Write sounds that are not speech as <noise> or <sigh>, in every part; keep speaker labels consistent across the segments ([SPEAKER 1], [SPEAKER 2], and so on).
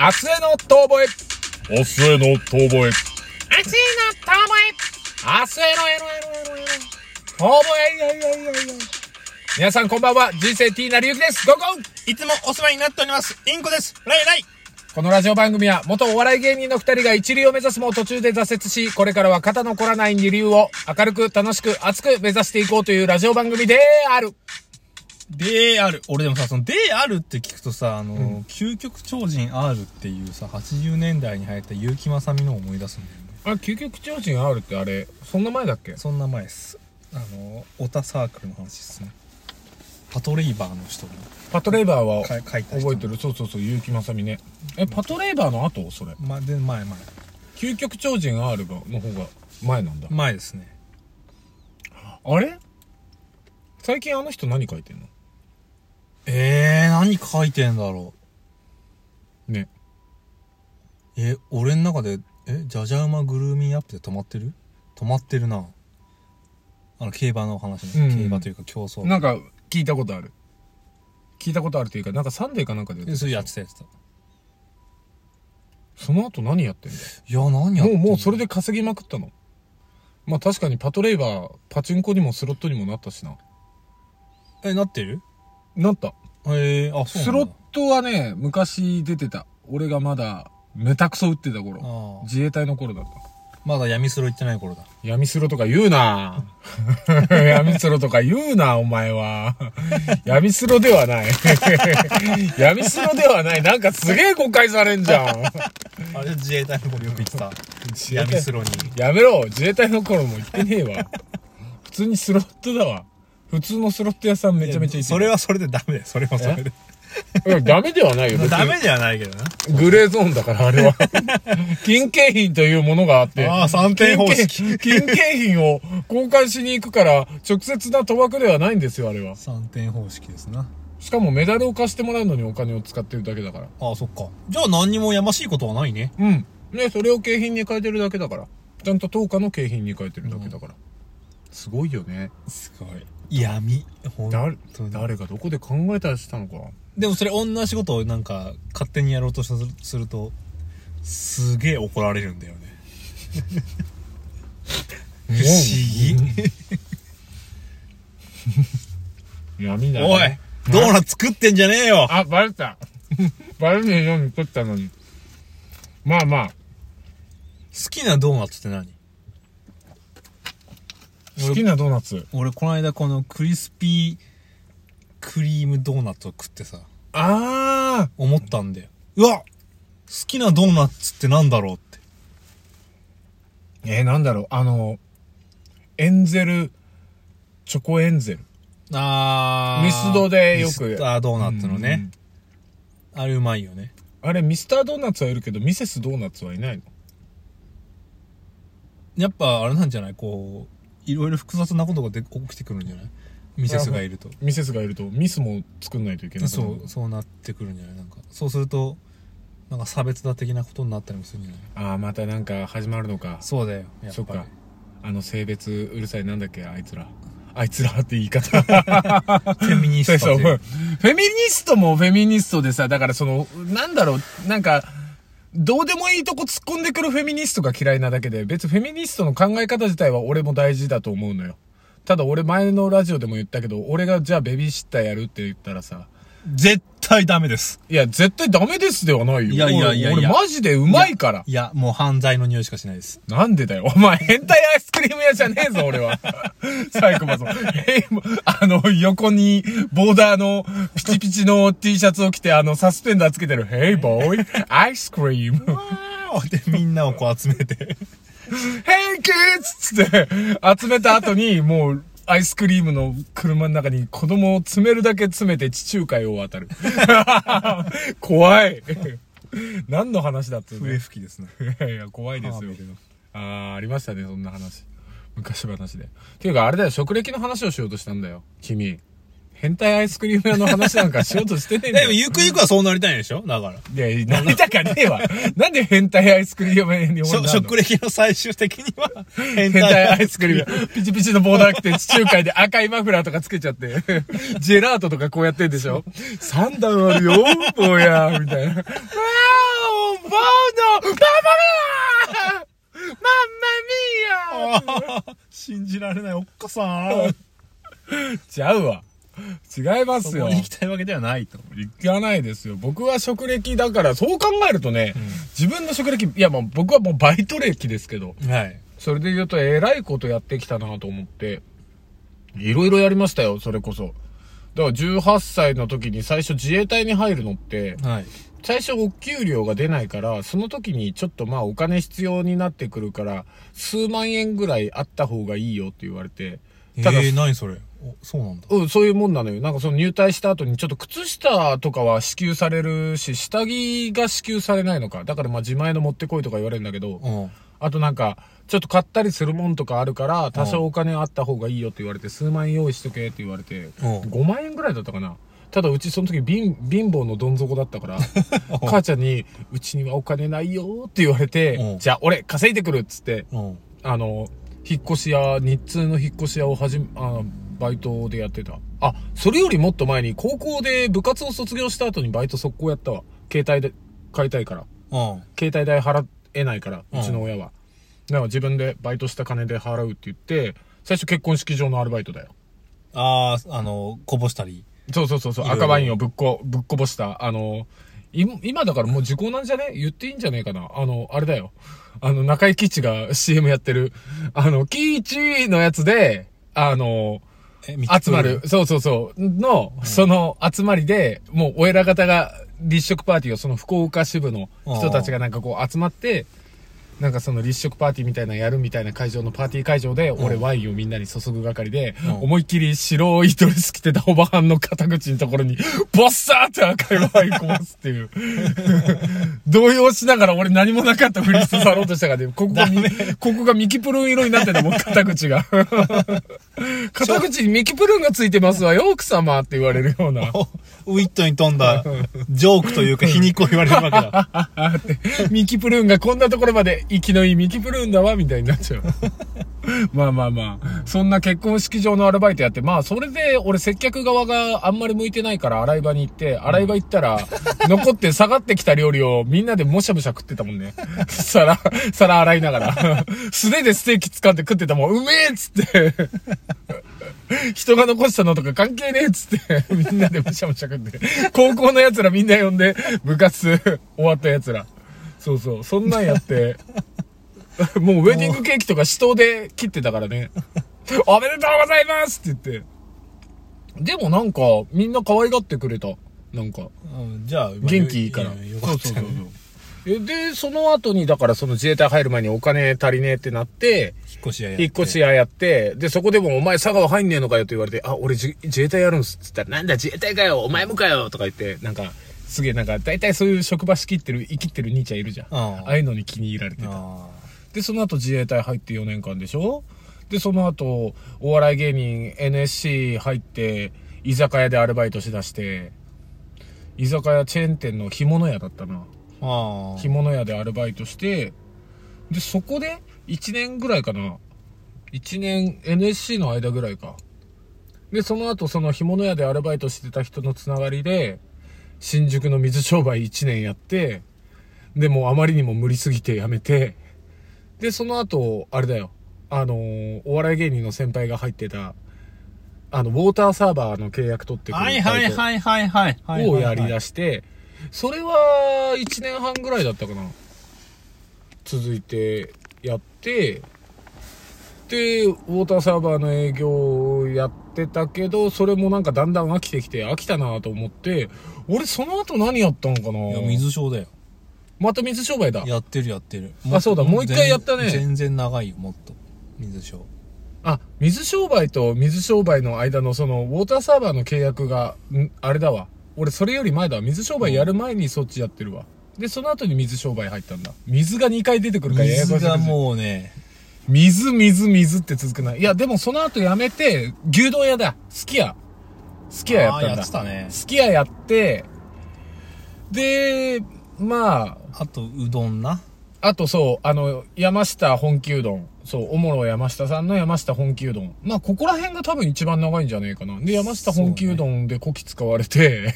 [SPEAKER 1] 明日への遠吠え。
[SPEAKER 2] 明日
[SPEAKER 1] 明日へ
[SPEAKER 2] への遠吠え。
[SPEAKER 1] の遠吠え。明日へのエロエロエロエロ。遠吠え。いやいやいやいや。皆さんこんばんは。人生 T なりゆきです。ゴーゴー
[SPEAKER 2] いつもお世話になっております。インコです。ライライ。
[SPEAKER 1] このラジオ番組は元お笑い芸人の二人が一流を目指すも途中で挫折し、これからは肩の凝らない二流を明るく楽しく熱く目指していこうというラジオ番組である。
[SPEAKER 2] である。俺でもさ、その、であるって聞くとさ、あの、究極超人 R っていうさ、80年代に流行った結城まさみのを思い出すんだよね。
[SPEAKER 1] あ、究極超人 R ってあれ、そんな前だっけ
[SPEAKER 2] そんな前です。あの、オタサークルの話ですね。パトレイバーの人の
[SPEAKER 1] パトレイバーは
[SPEAKER 2] か書いた人
[SPEAKER 1] 覚えてる。そうそうそう、結城まさみね。え、パトレイバーの後それ。
[SPEAKER 2] ま、で、前前。
[SPEAKER 1] 究極超人 R が、の方が前なんだ。
[SPEAKER 2] 前ですね。
[SPEAKER 1] あれ最近あの人何書いてんの
[SPEAKER 2] えー、何書いてんだろう。
[SPEAKER 1] ね。
[SPEAKER 2] え、俺の中で、え、ジャジャウマグルーミーアップで止まってる止まってるな。あの、競馬の話ね。
[SPEAKER 1] うん
[SPEAKER 2] 競馬というか競争。
[SPEAKER 1] なんか、聞いたことある。聞いたことあるというか、なんかサンデーかなんかでやって
[SPEAKER 2] え
[SPEAKER 1] た
[SPEAKER 2] そうやってたやってた。
[SPEAKER 1] その後何やってんだ
[SPEAKER 2] いや、何やって
[SPEAKER 1] も
[SPEAKER 2] んの
[SPEAKER 1] う、もうそれで稼ぎまくったの。まあ確かにパトレイバー、パチンコにもスロットにもなったしな。
[SPEAKER 2] え、なってる
[SPEAKER 1] なった。
[SPEAKER 2] えー、あ、そう
[SPEAKER 1] ス
[SPEAKER 2] なん
[SPEAKER 1] ロ
[SPEAKER 2] だ
[SPEAKER 1] ットはね、昔出てた。俺がまだ、めたくそ打ってた頃。
[SPEAKER 2] ああ
[SPEAKER 1] 自衛隊の頃だった。
[SPEAKER 2] まだ闇スロ行ってない頃だ。
[SPEAKER 1] 闇スロとか言うな <laughs> 闇スロとか言うなお前は。闇スロではない。 <laughs> 闇スロではない。なんかすげえ誤解されんじゃん。
[SPEAKER 2] あれ自衛隊の頃よく行ってた。 <laughs> 闇スロに。
[SPEAKER 1] やめろ自衛隊の頃も行ってねえわ。普通にスロットだわ。普通のスロット屋さんめちゃめちゃ行ってる
[SPEAKER 2] それはそれでダメだよ。それもそれで。
[SPEAKER 1] うんダメではないよ。別に
[SPEAKER 2] <laughs> ダメではない <laughs> けどな。
[SPEAKER 1] グレーゾーンだから、あれは。
[SPEAKER 2] <laughs>
[SPEAKER 1] 金景品というものがあって。
[SPEAKER 2] ああ三点方式
[SPEAKER 1] 金景金景品を交換しに行くから、直接な賭博ではないんですよ、あれは。
[SPEAKER 2] 三点方式ですな。
[SPEAKER 1] しかもメダルを貸してもらうのにお金を使ってるだけだから。
[SPEAKER 2] ああ、そっか。じゃあ何にもやましいことはないね。
[SPEAKER 1] うん。ね、それを景品に変えてるだけだから。ちゃんと当価の景品に変えてるだけだから。すごいよね。
[SPEAKER 2] すごい。闇。ほん
[SPEAKER 1] 誰
[SPEAKER 2] とに、
[SPEAKER 1] 誰がどこで考えたりしたのか。
[SPEAKER 2] でもそれ女仕事をなんか勝手にやろうとするするとすげえ怒られる
[SPEAKER 1] <laughs>
[SPEAKER 2] んだよね不思議
[SPEAKER 1] 闇だ、ね。
[SPEAKER 2] おいドーナツ食ってんじゃねえよ
[SPEAKER 1] あ、バレた。 <laughs> バレねえように食ったのに。まあまあ。
[SPEAKER 2] 好きなドーナツって何
[SPEAKER 1] 好きなドーナツ。
[SPEAKER 2] 俺この間このクリスピークリームドーナツを食ってさ
[SPEAKER 1] あ
[SPEAKER 2] 思ったんだようわ好きなドーナツってなんだろうって
[SPEAKER 1] ーえー、なんだろう、あの、エンゼル、チョコエンゼル。
[SPEAKER 2] あ
[SPEAKER 1] ミスドでよく
[SPEAKER 2] ミスタードーナツの
[SPEAKER 1] うん
[SPEAKER 2] ね、。あれうまいよね
[SPEAKER 1] あれ、ミスタードーナツはいるけど、ミセスドーナツはいないの
[SPEAKER 2] やっぱあれなんじゃないこう、いろいろ複雑なことがで起きてくるんじゃないミセスがいると。
[SPEAKER 1] ミセスがいると、ミスも作んないといけない。
[SPEAKER 2] そう、。そうなってくるんじゃないなんか。そうすると、なんか差別だ的なことになったりもするんじゃない
[SPEAKER 1] ああ、またなんか始まるのか。
[SPEAKER 2] そうだよ。や
[SPEAKER 1] そ
[SPEAKER 2] っ
[SPEAKER 1] っ
[SPEAKER 2] ぱ
[SPEAKER 1] か。あの、性別、うるさい、なんだっけ、あいつら。あいつらって
[SPEAKER 2] <laughs>
[SPEAKER 1] 言い方。
[SPEAKER 2] り。フェミニ
[SPEAKER 1] そう
[SPEAKER 2] スト
[SPEAKER 1] そう。
[SPEAKER 2] と
[SPEAKER 1] フ
[SPEAKER 2] いう。
[SPEAKER 1] ェミニストもフェミニストでさ、だからその、なんだろう、なんか、どうでもいいとこ突っ込んでくるフェミニストが嫌いなだけで、別にフェミニストの考え方自体は俺も大事だと思うのよ。ただ俺前のラジオでも言ったけど、俺がじゃあベビーシッターやるって言ったらさ、
[SPEAKER 2] 絶対ダメです。
[SPEAKER 1] いや、絶対ダメですではないよ。
[SPEAKER 2] いやいやいやいや
[SPEAKER 1] 俺俺マジでうまいから。
[SPEAKER 2] いや、もう犯罪の匂いしかしないです。
[SPEAKER 1] なんでだよ。お前、変態アイスクリーム屋じゃねえぞ、俺は。 <laughs> サイコパス。えあの、横に、ボーダーの、ピチピチの T シャツを着て、あの、サスペンダーつけてる、Hey boy, アイスクリーム。
[SPEAKER 2] で、みんなをこう集めて。
[SPEAKER 1] Hey kids! つって、集めた後に、もう、アイスクリームの車の中に子供を詰めるだけ詰めて地中海を渡る。 <laughs> 怖い。何の話だってね。
[SPEAKER 2] 笛吹きですね。
[SPEAKER 1] いやいや、怖いですよ
[SPEAKER 2] ハーベルの。
[SPEAKER 1] ああ、ありましたね、そんな話。昔話で。っていうか、あれだよ、食歴の話をしようとしたんだよ。君。変態アイスクリーム屋の話なんかしようとしてねえんだ
[SPEAKER 2] <laughs> で
[SPEAKER 1] よ。
[SPEAKER 2] も、
[SPEAKER 1] い
[SPEAKER 2] ゆくゆくはそうなりたいんでしょだから。
[SPEAKER 1] や、いやなりたかねえわ。なんで変態アイスクリーム屋に俺
[SPEAKER 2] し
[SPEAKER 1] な
[SPEAKER 2] ょ
[SPEAKER 1] んの
[SPEAKER 2] 職歴の最終的には、変
[SPEAKER 1] 変態アイ
[SPEAKER 2] 態。
[SPEAKER 1] スクリーム屋。ピチピチのボーダー着て、地中海で赤いマフラーとかつけちゃって、 <laughs> ジェラートとかこうやってんでしょ ?3 段あるよ、坊や、みたいな。わーボーノママママンマミー
[SPEAKER 2] あー信じられないおっかさん。
[SPEAKER 1] ちゃうわ。違いま
[SPEAKER 2] そ
[SPEAKER 1] す
[SPEAKER 2] こ
[SPEAKER 1] よ
[SPEAKER 2] に。行きたいわけではないと。
[SPEAKER 1] 行かないですよ。僕は職歴だから、そう考えるとね、自分の職歴、いやまあ僕はもうバイト歴ですけど、
[SPEAKER 2] はい。
[SPEAKER 1] それで言うとえらいことやってきたなと思って、いろいろやりましたよ、それこそ。だから18歳の時に最初自衛隊に入るのって、
[SPEAKER 2] はい。
[SPEAKER 1] 最初お給料が出ないから、その時にちょっとまあお金必要になってくるから、数万円ぐらいあった方がいいよって言われて、
[SPEAKER 2] え
[SPEAKER 1] ただ、
[SPEAKER 2] ー、何それお、そうなんだ。
[SPEAKER 1] うん、そういうもんなのよ。なんかその入隊した後にちょっと靴下とかは支給されるし、下着が支給されないのか。だからまあ自前の持ってこいとか言われるんだけど、
[SPEAKER 2] うん。
[SPEAKER 1] あとなんか、ちょっと買ったりするもんとかあるから、多少お金あった方がいいよって言われて、数万円用意しとけって言われて、
[SPEAKER 2] うん
[SPEAKER 1] 5万円ぐらいだったかな。ただうちその時貧貧乏のどん底だった
[SPEAKER 2] <laughs>
[SPEAKER 1] から、母ちゃんに、うちにはお金ないよって言われ
[SPEAKER 2] う
[SPEAKER 1] て
[SPEAKER 2] ん、
[SPEAKER 1] じゃあ俺稼いでくるっつって、
[SPEAKER 2] うん。
[SPEAKER 1] あの、引っ越し屋、日通の引っ越し屋をはじめ、あのバイトでやってた。あ、それよりもっと前に高校で部活を卒業した後にバイト速攻やったわ。携帯で、買いたいから。
[SPEAKER 2] うん。
[SPEAKER 1] 携帯代払えないから、
[SPEAKER 2] うん
[SPEAKER 1] うちの親は。だから自分でバイトした金で払うって言って、最初結婚式場のアルバイトだよ。
[SPEAKER 2] あー、あの、こぼしたり。
[SPEAKER 1] そうそうそうそう、
[SPEAKER 2] いろいろ
[SPEAKER 1] 赤ワインをぶっこ、ぶっこぼした。あの、い今だからもう時効なんじゃね言っていいんじゃねえかなあの、あれだよ。あの、中井貴一が CM やってる、あの、貴一のやつで、あの、
[SPEAKER 2] え、
[SPEAKER 1] 集まる。。そうそうそう。の、その集まりで、もう、お偉方が立食パーティーを、その福岡支部の人たちがなんかこう集まって、なんかその立食パーティーみたいなのやるみたいな会場のパーティー会場で、俺ワインをみんなに注ぐ係で、
[SPEAKER 2] うん
[SPEAKER 1] 思いっきり白いドレス着てたおばはんの肩口のところに、ボッサーって赤いワインこぼすって <laughs> いう。動揺しながら俺何もなかったふりして触ろうとしたからね、ここがみ、ここがミキプルン色になってたもん、肩口が。肩口にミキプルンがついてますわよ、奥様って言われるような。
[SPEAKER 2] お <laughs> ウィットに富んだ、ジョークというか皮肉を言われるわ
[SPEAKER 1] <laughs>
[SPEAKER 2] けだ。
[SPEAKER 1] ミキプルーンがこんなところまで生きのいいミキプルーンだわ、みたいになっちゃう。 <laughs> まあまあまあ。そんな結婚式場のアルバイトやって、まあそれで俺接客側があんまり向いてないから洗い場に行って、洗い場行ったら、残って下がってきた料理をみんなでもしゃもしゃ食ってたもんね。皿、皿洗いながら。素手でステーキ掴んで食ってたもん、うめえっつって。人が残したのとか関係ねえっつって、みんなでむしゃむしゃ食って。高校の奴らみんな呼んで、部活終わった奴ら。そうそう、そんなんやって、 <laughs> もうウェディングケーキとか死闘で切ってたから
[SPEAKER 2] <laughs>
[SPEAKER 1] ね。おめでとうございますって言って。でもなんか、みんな可愛がってくれた。なんか、
[SPEAKER 2] うんじゃあ、まあ
[SPEAKER 1] 元気いいから。
[SPEAKER 2] やよ
[SPEAKER 1] そ
[SPEAKER 2] か
[SPEAKER 1] う
[SPEAKER 2] っ
[SPEAKER 1] そう
[SPEAKER 2] た
[SPEAKER 1] そう
[SPEAKER 2] ね
[SPEAKER 1] そう。えで、その後に、だからその自衛隊入る前にお金足りねえってなって、
[SPEAKER 2] 引っ越し屋やって
[SPEAKER 1] 引っ越し屋やって、で、そこでもお前佐川入んねえのかよって言われて、あ、俺じ自衛隊やるんすっつったら、なんだ自衛隊かよ、お前もかよとか言って、なんか、すげえなんか、大体そういう職場仕切ってる、生きってる兄ちゃんいるじゃん。
[SPEAKER 2] うん
[SPEAKER 1] ああいうのに気に入られてた。
[SPEAKER 2] あ
[SPEAKER 1] で、その後自衛隊入って4年間でしょで、その後、お笑い芸人 NSC 入って、居酒屋でアルバイトしだして、居酒屋チェーン店の干物屋だったな。
[SPEAKER 2] ーあー。
[SPEAKER 1] 着物屋でアルバイトして、で、そこで、1年ぐらいかな。1年、NSC の間ぐらいか。で、その後、その干物屋でアルバイトしてた人のつながりで、新宿の水商売1年やって、で、もうあまりにも無理すぎて辞めて、で、その後、あれだよ。あのーお笑い芸人の先輩が入ってた、あの、ウォーターサーバーの契約取ってくる
[SPEAKER 2] は
[SPEAKER 1] バイ
[SPEAKER 2] い
[SPEAKER 1] ト
[SPEAKER 2] はいはいはいはいはいはい。
[SPEAKER 1] をやり出して、それは1年半ぐらいだったかな。続いてやって、で、ウォーターサーバーの営業をやってたけど、それもなんかだんだん飽きてきて、飽きたなと思って、俺その後何やったのかない
[SPEAKER 2] や、水商だよ。
[SPEAKER 1] また水商売だ。
[SPEAKER 2] やってるやってる。
[SPEAKER 1] あそうだもう一回やったね
[SPEAKER 2] 全全然長いよ、もっと。水商。
[SPEAKER 1] あ、水商売と水商売の間のその、ウォーターサーバーの契約が、んあれだわ。俺それより前だわ。水商売やる前にそっちやってるわ。で、その後に水商売入ったんだ。水が2回出てくるからややこしい
[SPEAKER 2] 水がもうね、
[SPEAKER 1] 水、水、水って続くない。いや、でもその後やめて、牛丼屋だ。すき家。すき家やったんだ。
[SPEAKER 2] あーやってたね
[SPEAKER 1] すき家やって、で、まあ、
[SPEAKER 2] あと、うどんな。
[SPEAKER 1] あとそう、あの、山下本気うどん。そう、おもろ山下さんの山下本気うどん。まあ、ここら辺が多分一番長いんじゃねえかな。で、山下本気うどんでこき使われて、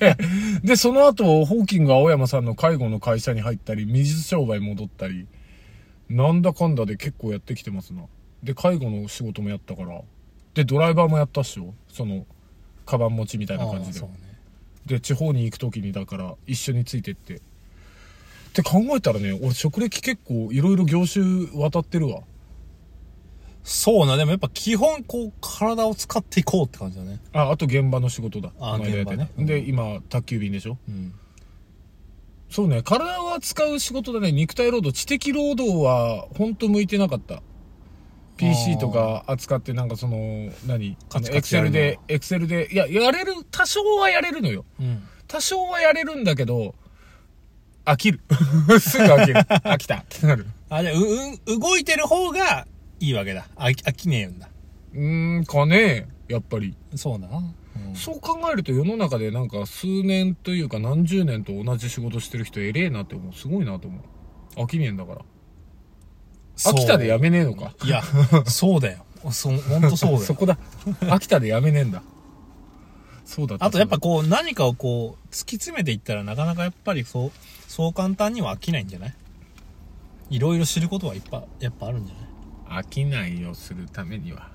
[SPEAKER 1] で、で、その後、ホーキング青山さんの介護の会社に入ったり、水商売戻ったり、なんだかんだで結構やってきてますな。で、介護の仕事もやったから。で、ドライバーもやったっしょ。その、カバン持ちみたいな感じで。
[SPEAKER 2] そうね
[SPEAKER 1] で地方に行く時にだから一緒についてってって考えたらね俺職歴結構いろいろ業種渡ってるわ
[SPEAKER 2] そうなでもやっぱ基本こう体を使っていこうって感じだね
[SPEAKER 1] ああと現場の仕事だ
[SPEAKER 2] あ
[SPEAKER 1] この間やってた
[SPEAKER 2] 現場ね
[SPEAKER 1] で
[SPEAKER 2] う
[SPEAKER 1] 今宅急便でしょ
[SPEAKER 2] うん
[SPEAKER 1] そうね体は使う仕事だね肉体労働知的労働は本当向いてなかった PC とか扱ってなんかその何
[SPEAKER 2] カチ
[SPEAKER 1] エ
[SPEAKER 2] カ
[SPEAKER 1] ク
[SPEAKER 2] チ
[SPEAKER 1] セ
[SPEAKER 2] や
[SPEAKER 1] ル
[SPEAKER 2] るな
[SPEAKER 1] でエクセルでいややれる多少はやれるのよ
[SPEAKER 2] うん
[SPEAKER 1] 多少はやれるんだけど飽きる <laughs> すぐ飽きる飽きたってなる
[SPEAKER 2] あじゃあうう動いてる方がいいわけだあ飽きねえんだ
[SPEAKER 1] うーん、かねえ、やっぱり。
[SPEAKER 2] そうだな、うん
[SPEAKER 1] そう考えると世の中でなんか数年というか何十年と同じ仕事してる人偉えなって思う。すごいなと思う。飽きねえんだから。秋田でやめねえのか。
[SPEAKER 2] いやそうだよそ本当そうだ
[SPEAKER 1] そ <laughs>
[SPEAKER 2] よ
[SPEAKER 1] こだ。秋田でやめねえんだ。そうだた
[SPEAKER 2] あとやっぱ、こう何かをこう突き詰めていったらなかなかやっぱりそうそう簡単には飽きないんじゃないいろいろ知ることはいっぱいやっぱあるんじゃない
[SPEAKER 1] 飽きないをするためには。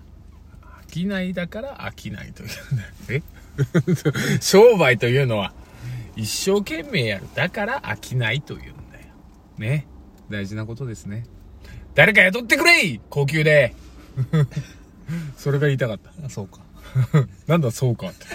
[SPEAKER 1] 飽きないだから飽きないというね。え <laughs> 商売というのは一生懸命やる。だから飽きないというんだよ。ね。大事なことですね。誰か雇ってくれい高級で。 <laughs> それが言いたかった。
[SPEAKER 2] あそうか
[SPEAKER 1] なんだそうかって。